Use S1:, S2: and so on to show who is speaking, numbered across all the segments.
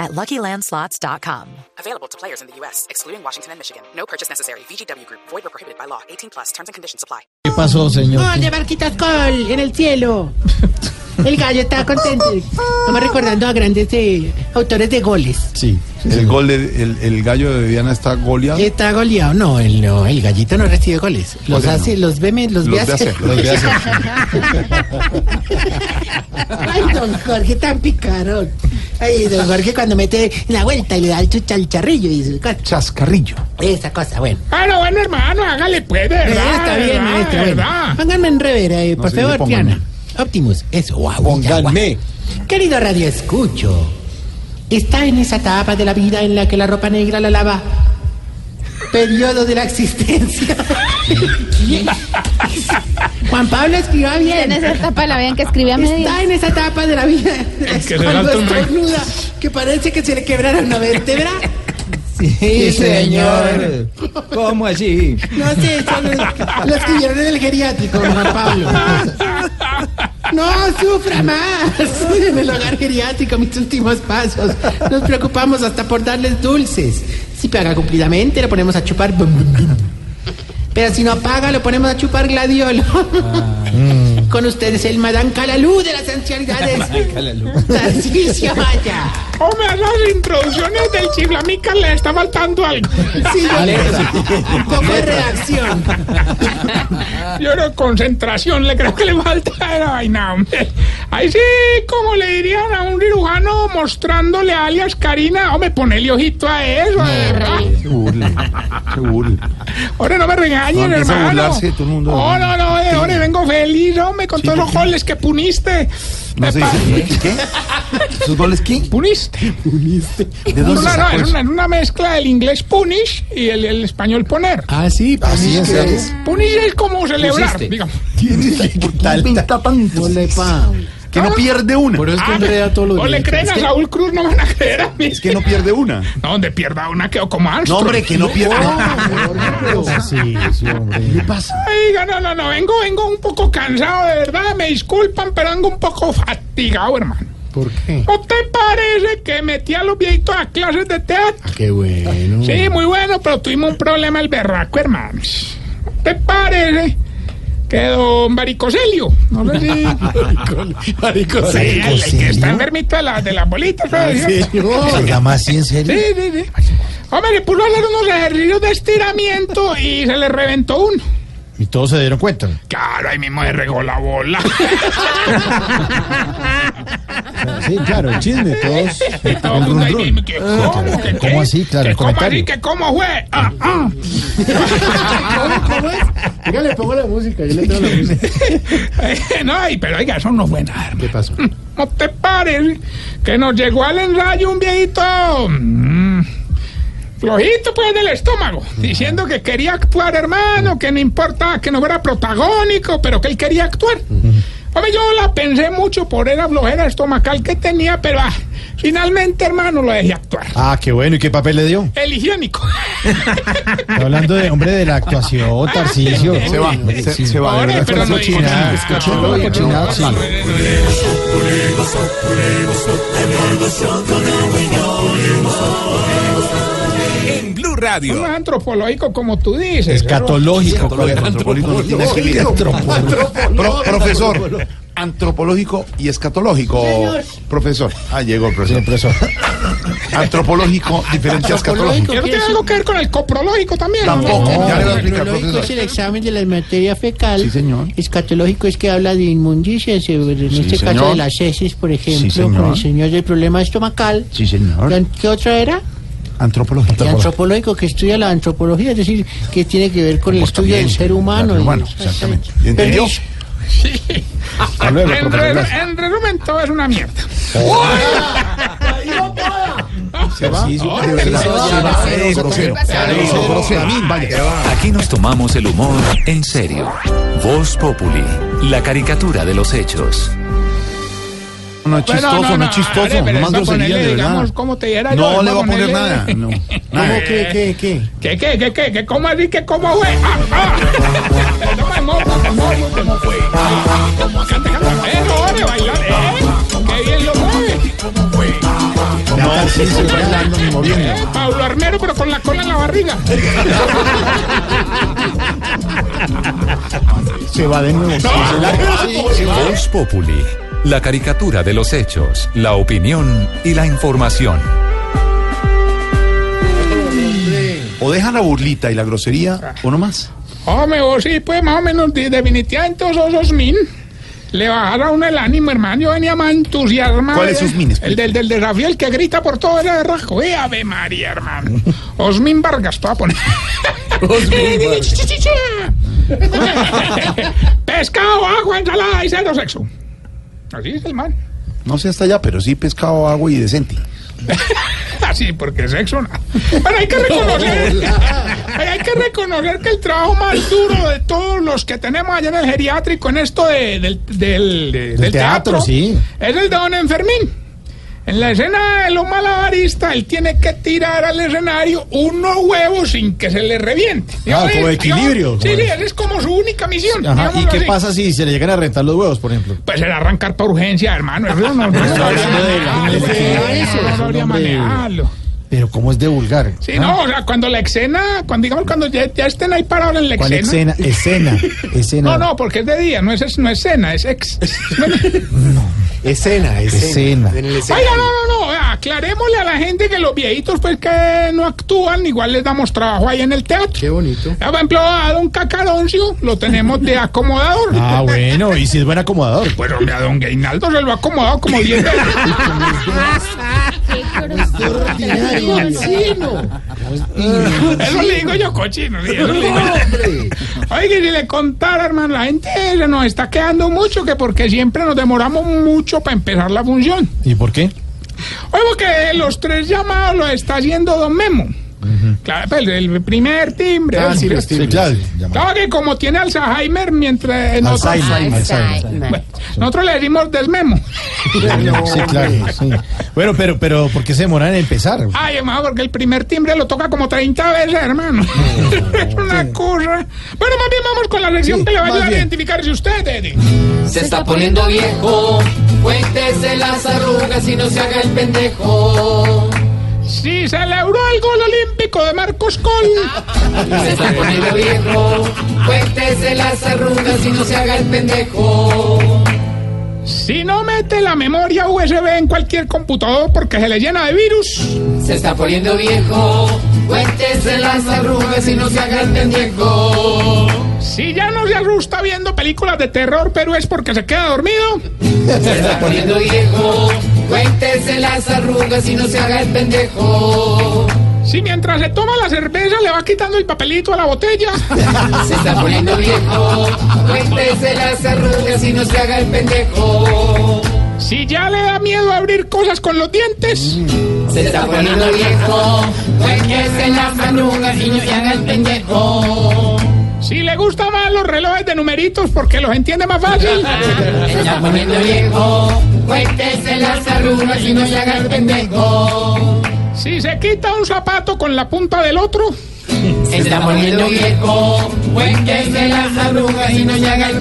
S1: at luckylandslots.com.
S2: Available to players in the U.S., excluding Washington and Michigan. No purchase necessary. VGW Group, void or prohibited by law. 18 plus terms and conditions apply.
S3: ¿Qué pasó, señor?
S4: No, de Marquitas Col, en el cielo. El gallo está contento. Estamos recordando a grandes eh, autores de goles.
S3: Sí.
S5: El gol de- el, el gallo de Diana está goleado.
S4: Está goleado. No, el, no, el gallito no recibe goles. Los
S5: Goles
S4: hace, los ve, los, ve
S5: Los de
S4: hacer.
S5: hacer, los de hacer.
S4: Ay, don Jorge, tan picarón. Ay, don Jorge, cuando mete la vuelta y le da el chucha al charrillo y su cosa.
S5: Chascarrillo.
S4: Esa cosa, bueno.
S6: Ah, no, bueno, hermano, hágale, pues, de
S4: Eh,
S6: verdad.
S4: está
S6: de
S4: bien,
S6: verdad,
S4: maestra.
S6: de
S4: Bueno.
S6: verdad.
S4: Pónganme en revera, eh, por
S5: sí,
S4: favor,
S5: pónganme.
S4: Triana. Optimus, eso, guau. guau, guau.
S3: Pónganme.
S4: Querido Radio Escucho, está en esa etapa de la vida en la que la ropa negra la lava. Periodo de la existencia. ¿Quién? Juan Pablo escribió
S7: En
S4: bien.
S7: esa etapa de la vida en que escribía media.
S4: Está en esa etapa de la vida
S6: que le
S4: cuando
S6: falta un re-
S4: estornuda, que parece que se le quebraron una vértebra. Sí,
S3: ¿Cómo así?
S4: No sé, eso lo, lo escribieron en el geriátrico, Juan Pablo. No sufra más. En el hogar geriátrico, mis últimos pasos. Nos preocupamos hasta por darles dulces. Si paga cumplidamente, lo ponemos a chupar. bum, bum, bum. Pero si no paga, lo ponemos a chupar gladiolo. Con ustedes el Madán Calalú de las ancianidades. Tarcisio Maya.
S6: Hombre, a las introducciones del chiflamica le está faltando algo.
S4: Sí, yo Un poco de redacción.
S6: Yo no, concentración, le creo que le falta la vaina, hombre. Ahí sí, como le dirían a un cirujano mostrándole a alias Karina, hombre, ponele ojito a eso, de verdad.
S5: Se burle. Se burle.
S6: Ahora no me
S5: No,
S6: regañen,
S5: empieza a
S6: hermano.
S5: burlarse todo el mundo.
S6: Oh, no, no, eh, ahora vengo feliz, hombre, con todos los goles que puniste.
S5: No se dice. ¿Qué? ¿Sus goles qué?
S6: Puniste.
S5: ¿De dónde
S6: No, no,
S5: sacó
S6: es
S5: eso?
S6: una, es una mezcla del inglés punish y el, el español poner.
S4: Ah, sí,
S5: Así es, ¿cierto?
S6: Punish es como celebrar,
S3: Pusiste.
S6: digamos.
S5: ¿Qué pinta tanto? Que no pierde una.
S6: Ah, no le creen a Saúl Cruz, no me van a creer a mí.
S5: Es que no pierde una.
S6: No, donde pierda una quedó como
S5: No,
S6: Armstrong.
S5: hombre, que no pierde
S3: ¿Qué pasa?
S6: Ay, diga, no, no, no, vengo, vengo un poco cansado, de verdad, me disculpan, pero vengo un poco fatigado, hermano.
S4: ¿Por qué?
S6: ¿No te parece que metí a los viejitos a clases de
S5: Ah,
S6: teatro?
S4: Qué bueno.
S6: Sí,
S5: Mm.
S6: muy bueno, pero tuvimos un problema el berraco, hermano. ¿No te parece que don Baricoselio? No sé si... Sí, el, el que está enfermito de, la, de las bolitas,
S5: Ah,
S6: ¿sabes?
S3: ¿Se llama así en
S6: Sí,
S3: serio?
S6: sí, sí. Hombre, le puso a hacer unos ejercicios de estiramiento y se le reventó uno.
S3: Y todos se dieron cuenta.
S6: Claro, ahí mismo le regó la bola.
S3: Sí, claro, el chisme, todos.
S6: Todo el mundo ahí mismo, que, ¿Cómo, que,
S3: Este, ¿Cómo
S6: qué?
S3: así? Claro,
S6: ¿Que
S3: el
S6: ¿Cómo
S3: comentario.
S6: así? ¿Que cómo fue? Ah, ah.
S4: ¿Cómo es? Yo le pongo la música, yo le tengo la música.
S6: Eh, no, ay, pero oiga, eso no fue nada, hermano.
S4: ¿Qué pasó?
S6: No te pares que nos llegó al enrayo un viejito mm, flojito pues del estómago,
S4: Ah.
S6: diciendo que quería actuar, hermano, que no importa que no fuera protagónico, pero que él quería actuar. Hombre, yo la pensé mucho por esa flojera estomacal que tenía, pero ah, finalmente, hermano, lo dejé actuar.
S3: Ah, qué bueno. ¿Y qué papel le dio?
S6: El higiénico.
S3: Está hablando de hombre de la actuación, Tarcicio.
S5: Se va, se, se va. de
S6: Ahora,
S5: verdad.
S6: pero no
S3: Cochinada,
S6: dije-
S3: cochinada,
S6: No, no, no,
S3: cochinada,
S6: no,
S3: sí.
S6: no, no, no, no.
S8: en Blue Radio.
S6: No es antropológico como tú dices.
S3: Escatológico.
S5: Antropológico, antropológico, no tiene que lidiar. Pro- Profesor, antropológico y escatológico. Profesor, ah, llegó el profesor.
S3: Profesor.
S5: Antropológico, diferente a escatológico.
S6: Pero tiene algo que ver con el coprológico también. ¿no?
S5: Tampoco, ya le voy a explicar,
S4: Cronológico es
S5: profesor.
S4: Pues el examen de la materia fecal.
S5: Sí, señor.
S4: Escatológico es que habla de inmundicias, eh, en este caso
S5: señor.
S4: de las heces, por ejemplo,
S5: Sí, señor.
S4: con el señor del problema estomacal.
S5: Sí, señor.
S4: ¿Qué- ¿Qué otro era?
S5: Antropológico.
S4: Y antropológico, que estudia la antropología, es decir, que tiene que ver con el estudio del ser humano.
S5: Del
S4: y-
S5: humano, exactamente. ¿Entendió?
S4: Permiso.
S3: Hasta luego,
S6: En,
S3: profesor.
S6: re- en resumen, todo es una mierda.
S5: Se va. De verdad. Grosero. Grosero. Grosero. Vaya.
S8: Aquí nos tomamos el humor en serio. Voz Populi, la caricatura de los hechos.
S5: No es chistoso, no, es chistoso. No más grosería, de verdad.
S6: Digamos, ¿cómo te diera yo,
S5: No le
S6: vamos
S5: voy a poner
S6: ponerle-
S5: nada. No. Nada.
S3: ¿Qué, qué, qué?
S6: ¿Qué, qué, qué, qué? ¿Qué, cómo así? ¿Qué, cómo fue? Ah, ah. Toma el moco, toma el moco. ¿Cómo fue? Ah, Canta, canta. Eh, no, ore, bailar, eh. Qué bien lo mueve.
S3: No, sí, se está hablando ni moviendo.
S6: Eh, Pablo Armero, pero con la cola en la barriga.
S3: Se va de nuevo.
S8: Voz Populi, la caricatura de los hechos, la opinión y la información.
S5: O dejan la burlita y la grosería, o no más.
S6: Hombre, vos sí, pues más o menos, de- definitivamente vos sos Osmin. Le bajara a uno el ánimo, hermano. Yo venía más entusiasmado.
S5: ¿Cuál es
S6: eh,
S5: Osmin, explica?
S6: El del, del desafío, el que grita por todo el rasgo. ¡Eh, Ave María, hermano! Osmin Vargas, te voy a poner. Pescado, agua, ensalada y cero sexo. Así es el man.
S5: No sé hasta allá, pero sí pescado, agua y decente.
S6: Así, porque sexo nada. Pero hay que reconocer, hay que reconocer que el trabajo más duro de todos los que tenemos allá en el geriátrico, en esto de- del, del- de- del
S3: teatro,
S6: teatro,
S3: sí.
S6: es el de don Enfermín. En la escena de los malabaristas, él tiene que tirar al escenario unos huevos sin que se le reviente.
S3: Ah, como
S6: Digamos,
S3: equilibrio,
S6: Sí,
S3: como
S6: sí,
S3: es.
S6: esa es como su única misión.
S3: Ajá, ¿Y
S6: digámoslo
S3: qué
S6: así.
S3: pasa si se le llegan a rentar los huevos, por ejemplo?
S6: Pues era arrancar por urgencia, hermano. Eso no, no, no,
S3: Está hablando de la
S6: no,
S3: mujer,
S6: eso no
S3: es un
S6: sabría
S3: hombre-
S6: manejarlo.
S3: Pero ¿cómo es de vulgar?
S6: Sí,
S3: ¿Ah?
S6: no, o sea, cuando la escena, cuando digamos, cuando ya, ya estén ahí parados en la
S3: ¿Cuál
S6: escena.
S3: escena? Escena. Escena.
S6: No, no, porque es de día, no es, no es escena, es ex.
S9: Escena,
S3: Escena.
S6: Oiga, no, no, no, aclarémosle a la gente que los viejitos, pues que no actúan, igual les damos trabajo ahí en el teatro.
S9: Qué bonito.
S6: Ah, Por ejemplo, a don Cacaroncio lo tenemos de acomodador.
S3: Ah, bueno, y si es buen acomodador.
S6: Pues hombre, a don Gainaldo se lo ha acomodado como 10 veces. Eso le digo yo, cochino. sí, eso le digo yo. Oiga, y si le contara, hermano, la gente se nos está quedando mucho, que porque siempre nos demoramos mucho para empezar la función.
S3: ¿Y por qué?
S6: Oye, porque los tres llamados los está haciendo Don Memo. Claro, pues, el primer timbre. el
S9: sí,
S6: primer-
S9: los
S3: Ah, Sí,
S9: timbres.
S3: claro. llamada.
S6: Claro que como tiene Alzheimer, mientras eh, nosotros,
S3: Alzheimer, Alzheimer.
S7: Alzheimer.
S6: nosotros le decimos desmemo.
S3: Sí, claro. sí. Bueno, pero, pero ¿por qué se demoran en empezar?
S6: Ay, hermano, porque el primer timbre lo toca como 30 veces, hermano. es una cosa. Bueno, más bien vamos con la lección
S3: Sí,
S6: que le va a
S3: más
S6: ayudar a
S3: bien.
S6: identificarse usted, Eddie.
S10: Se está poniendo viejo, cuéntese las arrugas y no se haga el pendejo.
S6: Si celebró el gol olímpico de Marcos Col.
S10: Se está poniendo viejo, cuéntese las arrugas y no se haga el pendejo.
S6: Si no mete la memoria USB en cualquier computador porque se le llena de virus.
S10: Se está poniendo viejo, cuéntese las arrugas y no se haga el pendejo.
S6: Si ya no se asusta viendo películas de terror, pero es porque se queda dormido.
S10: Se está poniendo viejo, cuéntese las arrugas y no se haga el pendejo.
S6: Si mientras se toma la cerveza le va quitando el papelito a la botella.
S10: Se está poniendo viejo, cuéntese las arrugas y no se haga el pendejo.
S6: Si ya le da miedo abrir cosas con los dientes.
S10: Se está poniendo viejo, cuéntese las arrugas y no se haga el pendejo.
S6: Si le gustan más los relojes de numeritos porque los entiende más fácil.
S10: Se está poniendo viejo, cuéntese las arrugas y no se haga el pendejo.
S6: Si se quita un zapato con la punta del otro.
S10: Se está poniendo viejo, cuéntese las arrugas y no se haga el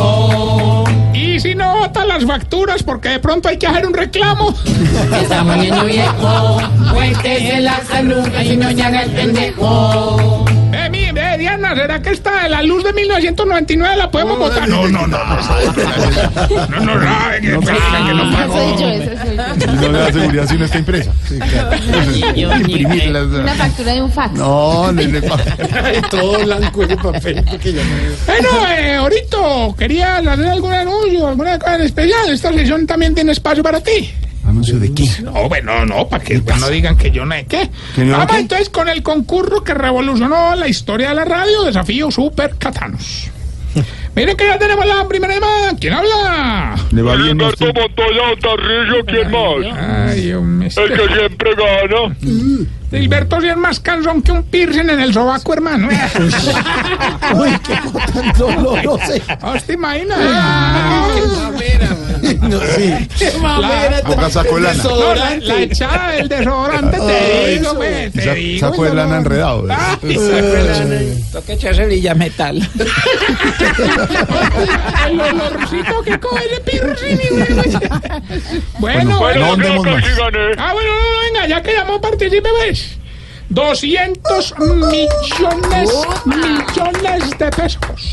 S10: pendejo.
S6: Y si no bota las facturas porque de pronto hay que hacer un reclamo.
S10: Se está poniendo viejo, cuéntese las arrugas y no se haga el pendejo.
S6: Eh, mi- eh, Diana, ¿será que esta de la luz de 1999 la podemos votar? No, no, no. No, no, no, sabe que sabe que no pagó.
S7: Soy yo, esa soy yo.
S5: No le da seguridad si no está impresa. Sí, claro. Imprimirla.
S7: Una factura de un fax.
S5: No, le, le pasa.
S9: Todo blanco de papel. porque ya no-
S6: Bueno, eh, ahorita quería hacer algún anuncio, alguna cosa en especial. Esta sesión también tiene espacio para ti.
S5: ¿Anuncio de qué?
S6: No, bueno, no, para que después no digan que yo no sé qué.
S5: ¿Que yo no
S6: Vamos
S5: qué?
S6: entonces con el concurso que revolucionó la historia de la radio, Desafío Super Catanos. Miren que ya tenemos la primera llamada. ¿Quién habla?
S5: Le va bien.
S11: Alberto Montoya Tarrillo, ¿quién más?
S6: Ay, hombre.
S11: El que siempre gana.
S6: Gilberto Mm. sí es más cansón que un piercing en el sobaco, hermano.
S9: Uy, qué cosa tan dolorosa.
S6: ¿Os Ah, te imaginas? Ay,
S9: No, sí.
S10: Qué
S4: Ah,
S10: mamera,
S5: Boca sacó el lana.
S6: no, la, la echada del desodorante, te digo, güey. Te
S5: Sa-
S6: digo.
S5: Saco el lana enredado. ¿eh?
S6: Ay, sacó el lana.
S10: Toca echarse villametal.
S6: El olorcito que coge el piercing. y
S11: Bueno,
S6: bueno, Bueno, bueno.
S5: no
S11: creo
S5: andemos
S11: que
S5: más.
S11: sí gané.
S6: Ah, bueno, no, no, venga, ya que llamó, participe, pues. 200 millones, millones de pesos.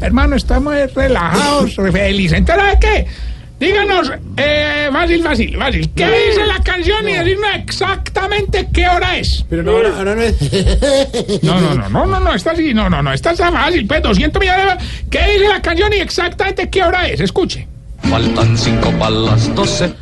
S6: Hermano, estamos eh, relajados, re felices. Entonces, ¿sabes qué? Díganos, eh, fácil, fácil, fácil. ¿Qué dice la canción y decirnos exactamente qué hora es?
S9: Pero no, ahora, ahora no es.
S6: No, no, no, no, no, no, esta sí, no, no, no, esta está fácil, pues 200 millones de pesos. ¿Qué dice la canción y exactamente qué hora es? Escuche.
S12: Faltan cinco para las doce.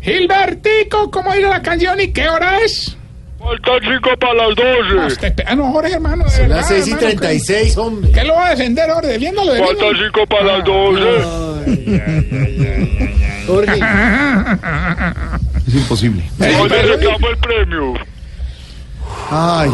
S6: Gilbertico, ¿cómo dice la canción y qué hora es?
S11: Faltan cinco para las doce.
S6: Usted, ah, no, Jorge, hermano, de verdad,
S9: Las 6 y
S6: hermano, que-
S9: 36, hombre.
S6: ¿Qué lo va a defender, ahora? Debiéndolo,
S11: Faltan
S6: debiéndolo.
S11: cinco para las doce.
S9: Jorge.
S5: Es imposible.
S11: ¿Dónde se acabó el premio?
S5: Ay,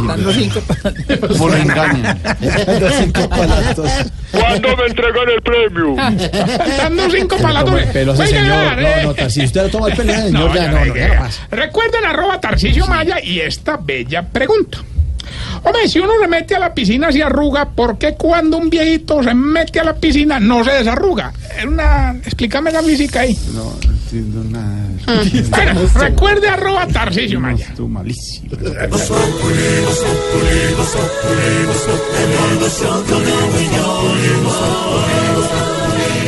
S5: ¿cómo lo engañan?
S9: Las 5 para las 2.
S11: ¿Cuándo me entregan el premio?
S6: Faltando cinco para las
S3: Toma el
S6: doce.
S3: pelo a ese
S6: Oiga,
S3: señor.
S6: eh.
S3: No, no, Tarcisio, usted lo toma el pelo, señor. ya,
S6: ya,
S3: no,
S6: ya,
S3: no,
S6: ya,
S3: ya
S6: ya.
S3: no pasa.
S6: Recuerden arroba Tarcisio Maya y esta bella pregunta. Hombre, si uno se mete a la piscina se arruga, ¿por qué cuando un viejito se mete a la piscina no se desarruga? Es una... Explícame la física ahí.
S5: No, no entiendo nada.
S6: Bueno, recuerde arroba Tarcisio Maya.
S5: Tú malísimo.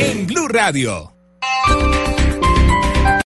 S8: En Blue Radio.